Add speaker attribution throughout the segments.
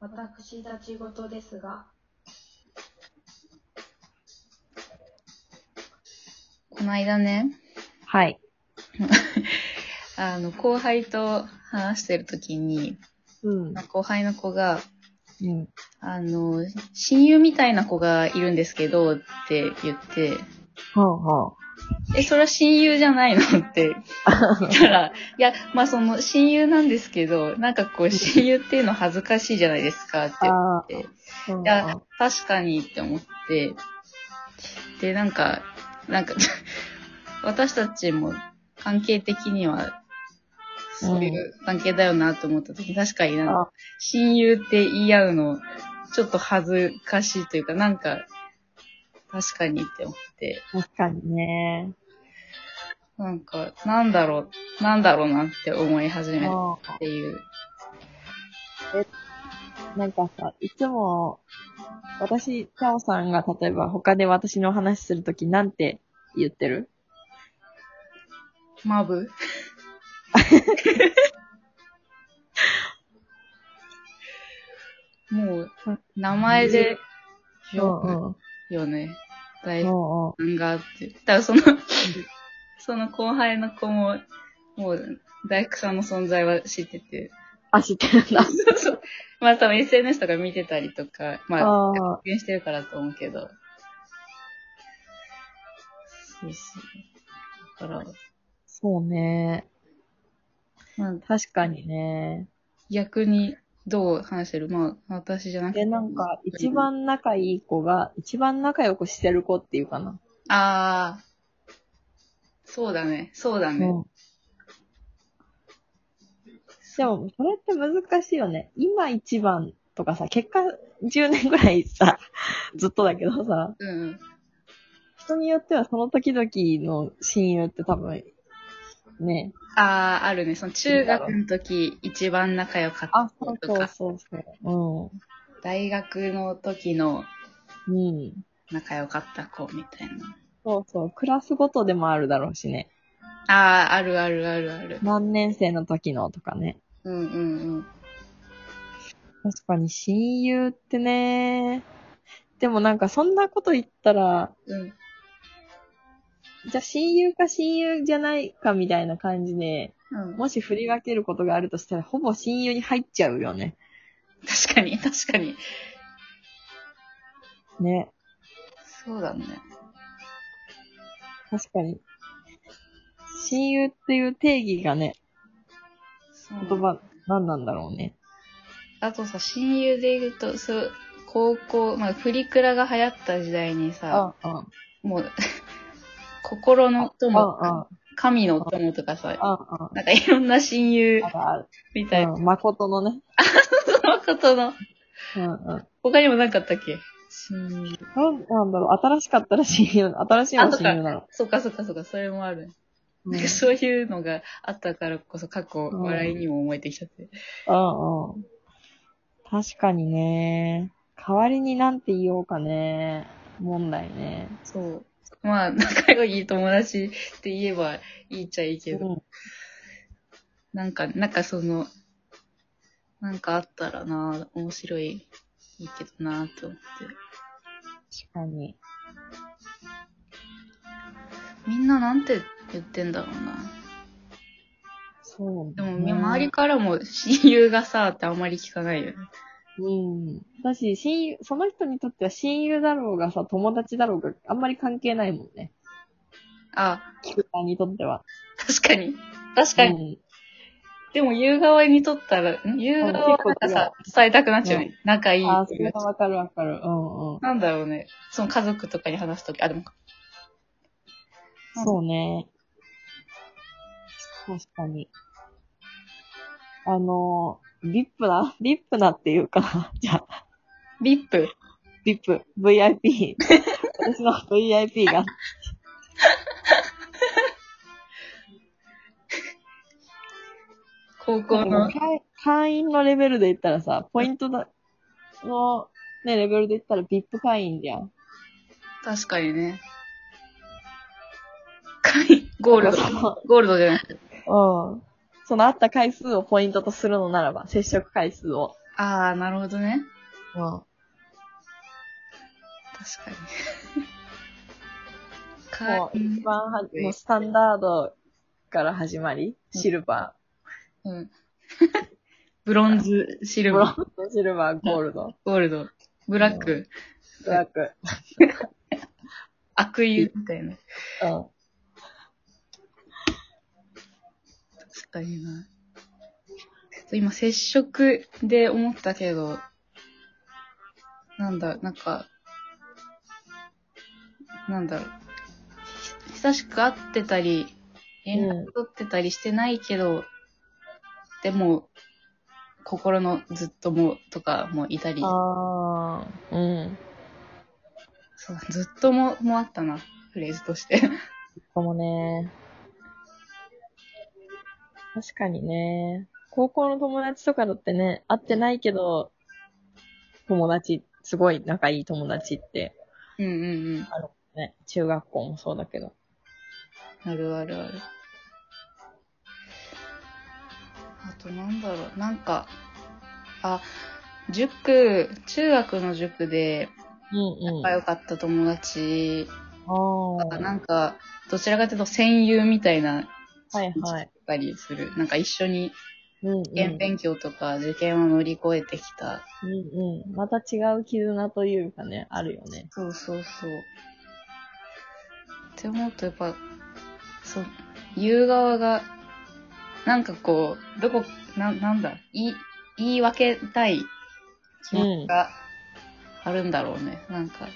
Speaker 1: 私たち事ですが、
Speaker 2: この間ね、
Speaker 3: はい。
Speaker 2: あの、後輩と話してるときに、
Speaker 3: うん。
Speaker 2: 後輩の子が、
Speaker 3: うん。
Speaker 2: あの、親友みたいな子がいるんですけど、って言って、
Speaker 3: ほうほ
Speaker 2: え、それは親友じゃないのって言ったら、いや、まあその親友なんですけど、なんかこう親友っていうの恥ずかしいじゃないですかって
Speaker 3: う。あ
Speaker 2: 言って、
Speaker 3: あ。うん
Speaker 2: いや、確かにって思って、で、なんか、なんか、 私たちも関係的には、そういう関係だよなと思った時、確かになんか、親友って言い合うの、ちょっと恥ずかしいというか、なんか、確かにって思って、
Speaker 3: 確かにね。
Speaker 2: なんか、なんだろう、なんだろうなって思い始めたっ
Speaker 3: も
Speaker 2: ていう。
Speaker 3: うなんかさ、いつも、私、タオさんが例えば他で私の話するときなんて言ってる
Speaker 2: マブもう、名前で呼
Speaker 3: ん。
Speaker 2: ぶよね。大
Speaker 3: う
Speaker 2: フ
Speaker 3: んうん。
Speaker 2: ァンがあって。だからその、その後輩の子も、もう、大工さんの存在は知ってて。
Speaker 3: あ、知ってるんだ。
Speaker 2: そうそう。まあ多分 SNS とか見てたりとか、まあ、
Speaker 3: ああ。
Speaker 2: 発見してるからと思うけど。そうそう。だから、
Speaker 3: そうね。
Speaker 2: まあ、
Speaker 3: 確かにね。
Speaker 2: 逆にどう話してるまあ、私じゃなくて。
Speaker 3: で、なんか、一番仲いい子が、一番仲良くしてる子っていうかな。
Speaker 2: ああ。そうだね。そうだね。
Speaker 3: でも、それって難しいよね。今一番とかさ、結果10年ぐらいさ、 ずっとだけどさ、
Speaker 2: うん。うん、
Speaker 3: 人によってはその時々の親友って多分、ね。
Speaker 2: ああ、あるね。その中学の時一番仲良かった
Speaker 3: あ、
Speaker 2: 子
Speaker 3: そう
Speaker 2: と
Speaker 3: そう
Speaker 2: か、
Speaker 3: そうそう。
Speaker 2: 大学の時の
Speaker 3: うん。うん。
Speaker 2: 仲良かった子みたいな。
Speaker 3: そうそう。クラスごとでもあるだろうしね。
Speaker 2: ああ、あるあるあるある。
Speaker 3: 何年生の時のとかね。
Speaker 2: うんうん
Speaker 3: 確かに親友ってね。でもなんかそんなこと言ったら、
Speaker 2: うん。うん。
Speaker 3: じゃあ親友か親友じゃないかみたいな感じで、
Speaker 2: うん、
Speaker 3: もし振り分けることがあるとしたら、ほぼ親友に入っちゃうよね。
Speaker 2: 確かに、確かに。
Speaker 3: ね。
Speaker 2: そうだね。
Speaker 3: 確かに。親友っていう定義がね、
Speaker 2: そう
Speaker 3: 言葉、何なんだろうね。
Speaker 2: あとさ、親友で言うと、そう、高校、まあ、プリクラが流行った時代にさ、
Speaker 3: あ、あ、
Speaker 2: もう、 心の
Speaker 3: あ、
Speaker 2: 友、
Speaker 3: あ、
Speaker 2: 神の友とかさ、
Speaker 3: あ、あ、
Speaker 2: なんかいろんな親友
Speaker 3: あ、
Speaker 2: みたいな、
Speaker 3: あ、誠のね。
Speaker 2: そのことの、
Speaker 3: うんうん。
Speaker 2: 他にもなかったっけ親友。
Speaker 3: なんなんだろう、新しかったら親友、新しいのが親友なの。
Speaker 2: そっかそっかそっか、それもある。
Speaker 3: うん
Speaker 2: なんかそういうのがあったからこそ過去、笑いにも思えてきちゃって。
Speaker 3: うんうん。確かにね。代わりになんて言おうかね。問題ね。
Speaker 2: そう。まあ、仲がいい友達って言えばいいっちゃいいけど、
Speaker 3: うん
Speaker 2: なんか、なんかその、なんかあったらな、面白い、いいけどなと思って。
Speaker 3: 確かに。
Speaker 2: みんななんて言ってんだろうな。
Speaker 3: そう、
Speaker 2: でも、周り。からも親友がさ、ってあんまり聞かないよね。
Speaker 3: うん。だし、親友、その人にとっては親友だろうがさ、友達だろうが、あんまり関係ないもんね。
Speaker 2: あ、
Speaker 3: 聞く側にとっては。
Speaker 2: 確かに。確かに。
Speaker 3: に。
Speaker 2: でも、言う側にとったら、ん言う側はなんかさ、伝えたくなっちゃうね。仲いい。
Speaker 3: ああ、それはわかるわかる。うんうん。
Speaker 2: なんだろうね。その家族とかに話すとき、あ、でも、うん
Speaker 3: そうね。確かに。あの、ビップなビップなっていうか、じゃあ、
Speaker 2: ビップ。
Speaker 3: ビップ、VIP。私 の VIP が。
Speaker 2: 高校の。
Speaker 3: 会会員のレベルで言ったらさ、ポイントだの、ね、レベルで言ったら VIP 会員じゃん。
Speaker 2: 確かにね。貝、ゴールド。ゴールドじゃない。
Speaker 3: うん。そのあった回数をポイントとするのならば、接触回数を。
Speaker 2: ああ、なるほどね。
Speaker 3: うん。
Speaker 2: 確
Speaker 3: も
Speaker 2: か
Speaker 3: う
Speaker 2: に。
Speaker 3: 一
Speaker 2: か、
Speaker 3: 番は、もうスタンダードから始まり、シルバ
Speaker 2: うん。ブロンズ、シ
Speaker 3: ー、
Speaker 2: ル
Speaker 3: ブロ
Speaker 2: バー、
Speaker 3: ンズ、シルバー、ゴールド、
Speaker 2: ゴールド、ブラック、
Speaker 3: ブラック。
Speaker 2: 悪友みたいな。
Speaker 3: うん。
Speaker 2: 確かにな。ちょっと今、接触で思ったけど、なんだ、なんか、なんだろう。ひ久しく会ってたり、連絡取ってたりしてないけど、でも、心のずっともうとかもいたり、
Speaker 3: ああ、うん。
Speaker 2: そうずっとも、もあったな、フレーズとして。
Speaker 3: ここもね、確かにね、高校の友達とかだってね、会ってないけど、友達、すごい仲いい友達って、
Speaker 2: うんうんうん。
Speaker 3: ね、中学校もそうだけど。
Speaker 2: あるあるある。あとなんだろう、なんか、あ、塾、中学の塾で
Speaker 3: うんうん。
Speaker 2: 仲良かった友達が、
Speaker 3: あ
Speaker 2: な
Speaker 3: あ、
Speaker 2: んか、どちらかというと戦友みたいな、
Speaker 3: はいはい。
Speaker 2: たりする。なんか一緒に、
Speaker 3: うん、うん。
Speaker 2: 受験勉強とか受験を乗り越えてきた。
Speaker 3: うんうん。また違う絆というかね、あるよね。
Speaker 2: そうそうそう。って思うとやっぱ、そう、言う側が、なんかこう、どこ、な、なんだ、言い、言い訳たい気持ちがあるんだろうね。なんか、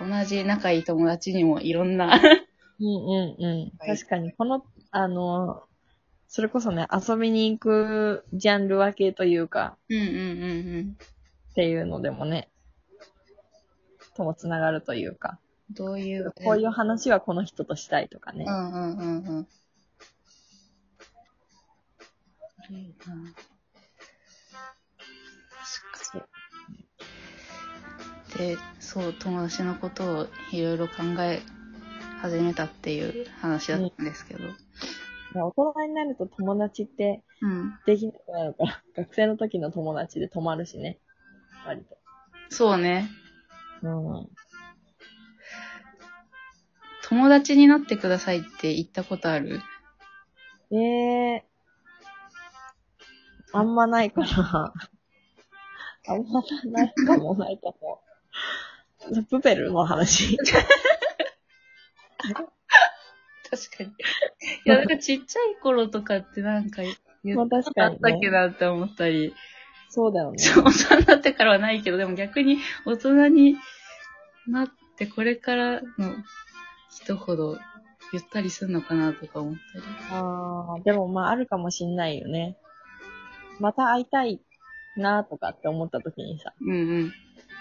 Speaker 2: 同じ仲いい友達にもいろんな、
Speaker 3: うんうんうん。
Speaker 2: はい
Speaker 3: 確かに、この、あの、それこそね、遊びに行くジャンル分けというか、
Speaker 2: うんうんうん
Speaker 3: っていうのでもね、ともつながるというか、
Speaker 2: うん。どういう、
Speaker 3: こういう話はこの人としたいとかね
Speaker 2: う。んうんうんうん。いいな確かに。で、そう、友達のことをいろいろ考え始めたっていう話だったんですけど。
Speaker 3: 大人になると友達って
Speaker 2: うん。
Speaker 3: できなくなるから、学生の時の友達で止まるしね、割と。
Speaker 2: そうね。
Speaker 3: うん。
Speaker 2: 友達になってくださいって言ったことある
Speaker 3: ええあんまないから。あんまないかもないかも。プペル の話。
Speaker 2: 確か に。いや、なんかちっちゃい頃とかってなんか言
Speaker 3: まあ
Speaker 2: った
Speaker 3: 確
Speaker 2: こと
Speaker 3: か
Speaker 2: あっ
Speaker 3: に
Speaker 2: たっけ
Speaker 3: ね。
Speaker 2: なって思ったり。
Speaker 3: そうだよね。
Speaker 2: そう大人になってからはないけど、でも逆に大人になってこれからの人ほど言ったりするのかなとか思ったり。
Speaker 3: あーでもまああるかもしんないよね。また会いたいなとかって思った時にさ、
Speaker 2: うんうん。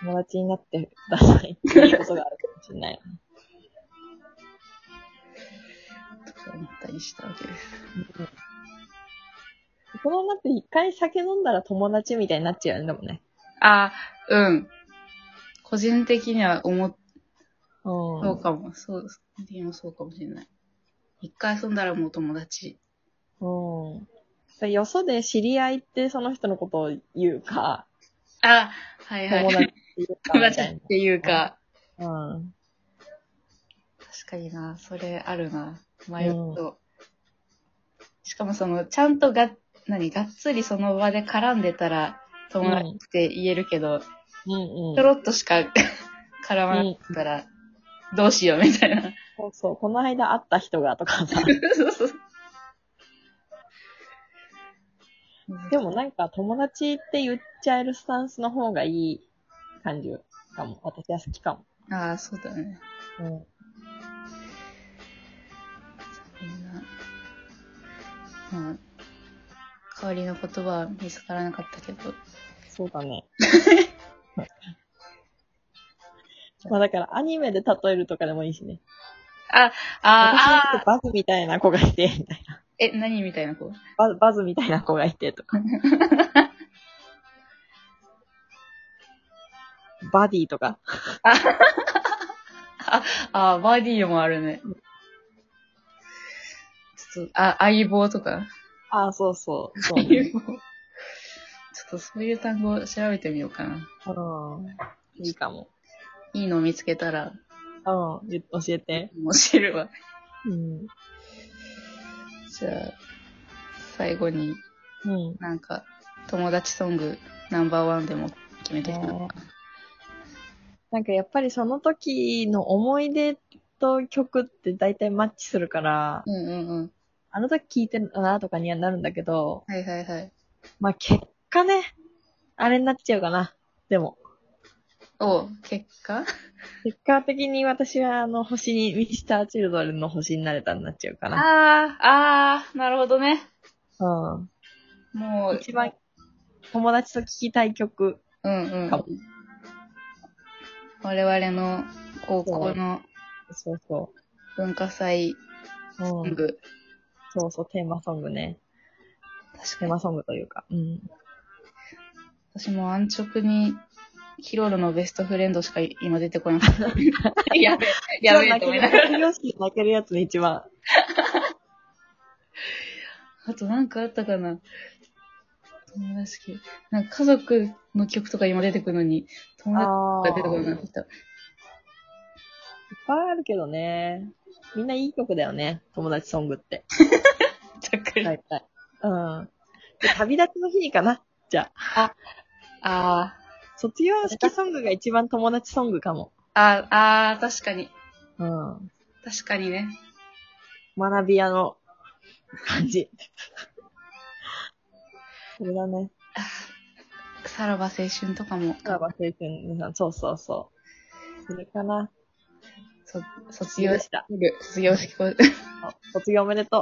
Speaker 3: 友達になってくださいっていうことがあるかもしんない。
Speaker 2: とか思ったりしたわけです。
Speaker 3: 大人になって一回酒飲んだら友達みたいになっちゃうよね、でもね。
Speaker 2: ああ、うん。個人的には思っ
Speaker 3: うん。
Speaker 2: そうかも。そう、でもそうかもしれない。一回遊んだらもう友達。
Speaker 3: うん。それよそで知り合いってその人のことを言うか、
Speaker 2: あはいは
Speaker 3: 友達っ
Speaker 2: い。
Speaker 3: て言うか
Speaker 2: 友
Speaker 3: み
Speaker 2: 達
Speaker 3: た
Speaker 2: っ
Speaker 3: い
Speaker 2: ていうか。
Speaker 3: な。うん。
Speaker 2: 確かにな、それあるな、迷うと。しかもその、ちゃんとが、何、がっつりその場で絡んでたら、友達って言えるけど、
Speaker 3: うんう
Speaker 2: ちょ
Speaker 3: ん。
Speaker 2: ろっとしか 絡まなかったら、どうしようみたいな。
Speaker 3: そうそう。この間会った人がとかさ。
Speaker 2: そうそう。
Speaker 3: でもなんか友達って言っちゃえるスタンスの方がいい感じかも。私は好きかも。
Speaker 2: ああ、そうだね。
Speaker 3: うん。
Speaker 2: みんな、まあ、代わりの言葉は見つからなかったけど、
Speaker 3: そうだ ね。まあだからアニメで例えるとかでもいいしね。
Speaker 2: あー
Speaker 3: 私
Speaker 2: あ
Speaker 3: ってバズみたいな子がいて、みたいな
Speaker 2: ー、え、何みたいな子
Speaker 3: ババズみたいな子がいてとか。バディとか。
Speaker 2: あ、バディもあるね。ちょっと、あ、相棒とか。
Speaker 3: ああ、そうそう。そう
Speaker 2: 相
Speaker 3: ね
Speaker 2: 棒。ちょっそうそういう単語を調べてみようかな。
Speaker 3: うん。いいかも。
Speaker 2: いいのを見つけたら、
Speaker 3: うん。言教えて。
Speaker 2: 面白いわ。
Speaker 3: うん。
Speaker 2: じゃあ、最後に
Speaker 3: うん。
Speaker 2: なんか、友達ソングナンバーワンでも決めてきたのかな。
Speaker 3: なんかやっぱりその時の思い出と曲って大体マッチするから、
Speaker 2: うんうんうん。
Speaker 3: あの時聴いてたなとかにはなるんだけど、
Speaker 2: はいはいはい。
Speaker 3: まあ結果ね、あれになっちゃうかな。でも、
Speaker 2: お結果
Speaker 3: 結果的に私はあの星に、ミスターチルドレンの星になれたになっちゃうか
Speaker 2: あ
Speaker 3: な。
Speaker 2: あー、なるほどね。
Speaker 3: うん。
Speaker 2: もう、
Speaker 3: 一番友達と聴きたい曲。
Speaker 2: うんうん
Speaker 3: かも。
Speaker 2: 我々の高校の
Speaker 3: そうそ
Speaker 2: 文化祭
Speaker 3: う。
Speaker 2: ソ
Speaker 3: う
Speaker 2: ン
Speaker 3: ん。
Speaker 2: グ。
Speaker 3: そうそう、テーマソングね。
Speaker 2: 確
Speaker 3: テ
Speaker 2: か
Speaker 3: ー
Speaker 2: に
Speaker 3: マ。ソングというか。うん。
Speaker 2: 私も安直に、キロロのベストフレンドしか今出てこなかった。やべえ、やべえと 思いながら。
Speaker 3: 泣ける 泣けるやつに一番。
Speaker 2: あとなんかあったかな友達系。なんか家族の曲とか今出てくるのに、友達
Speaker 3: あ
Speaker 2: とか出てこなかった。
Speaker 3: いっぱいあるけどね。みんないい曲だよね。友達ソングって。
Speaker 2: ざっくり。
Speaker 3: 大体。うん。で、旅立ちの日にかな。じゃあ。
Speaker 2: あ
Speaker 3: 卒業式ソングが一番友達ソングかも。
Speaker 2: あ、ああ、ああ、確かに。
Speaker 3: うん。
Speaker 2: 確かにね。
Speaker 3: 学び屋の感じ。それだね。
Speaker 2: さらば青春とかも、
Speaker 3: さらば青春、そうそうそう。それかな。
Speaker 2: そ卒
Speaker 3: 卒業
Speaker 2: 業
Speaker 3: した。
Speaker 2: 卒業式こう
Speaker 3: 卒業おめでとう。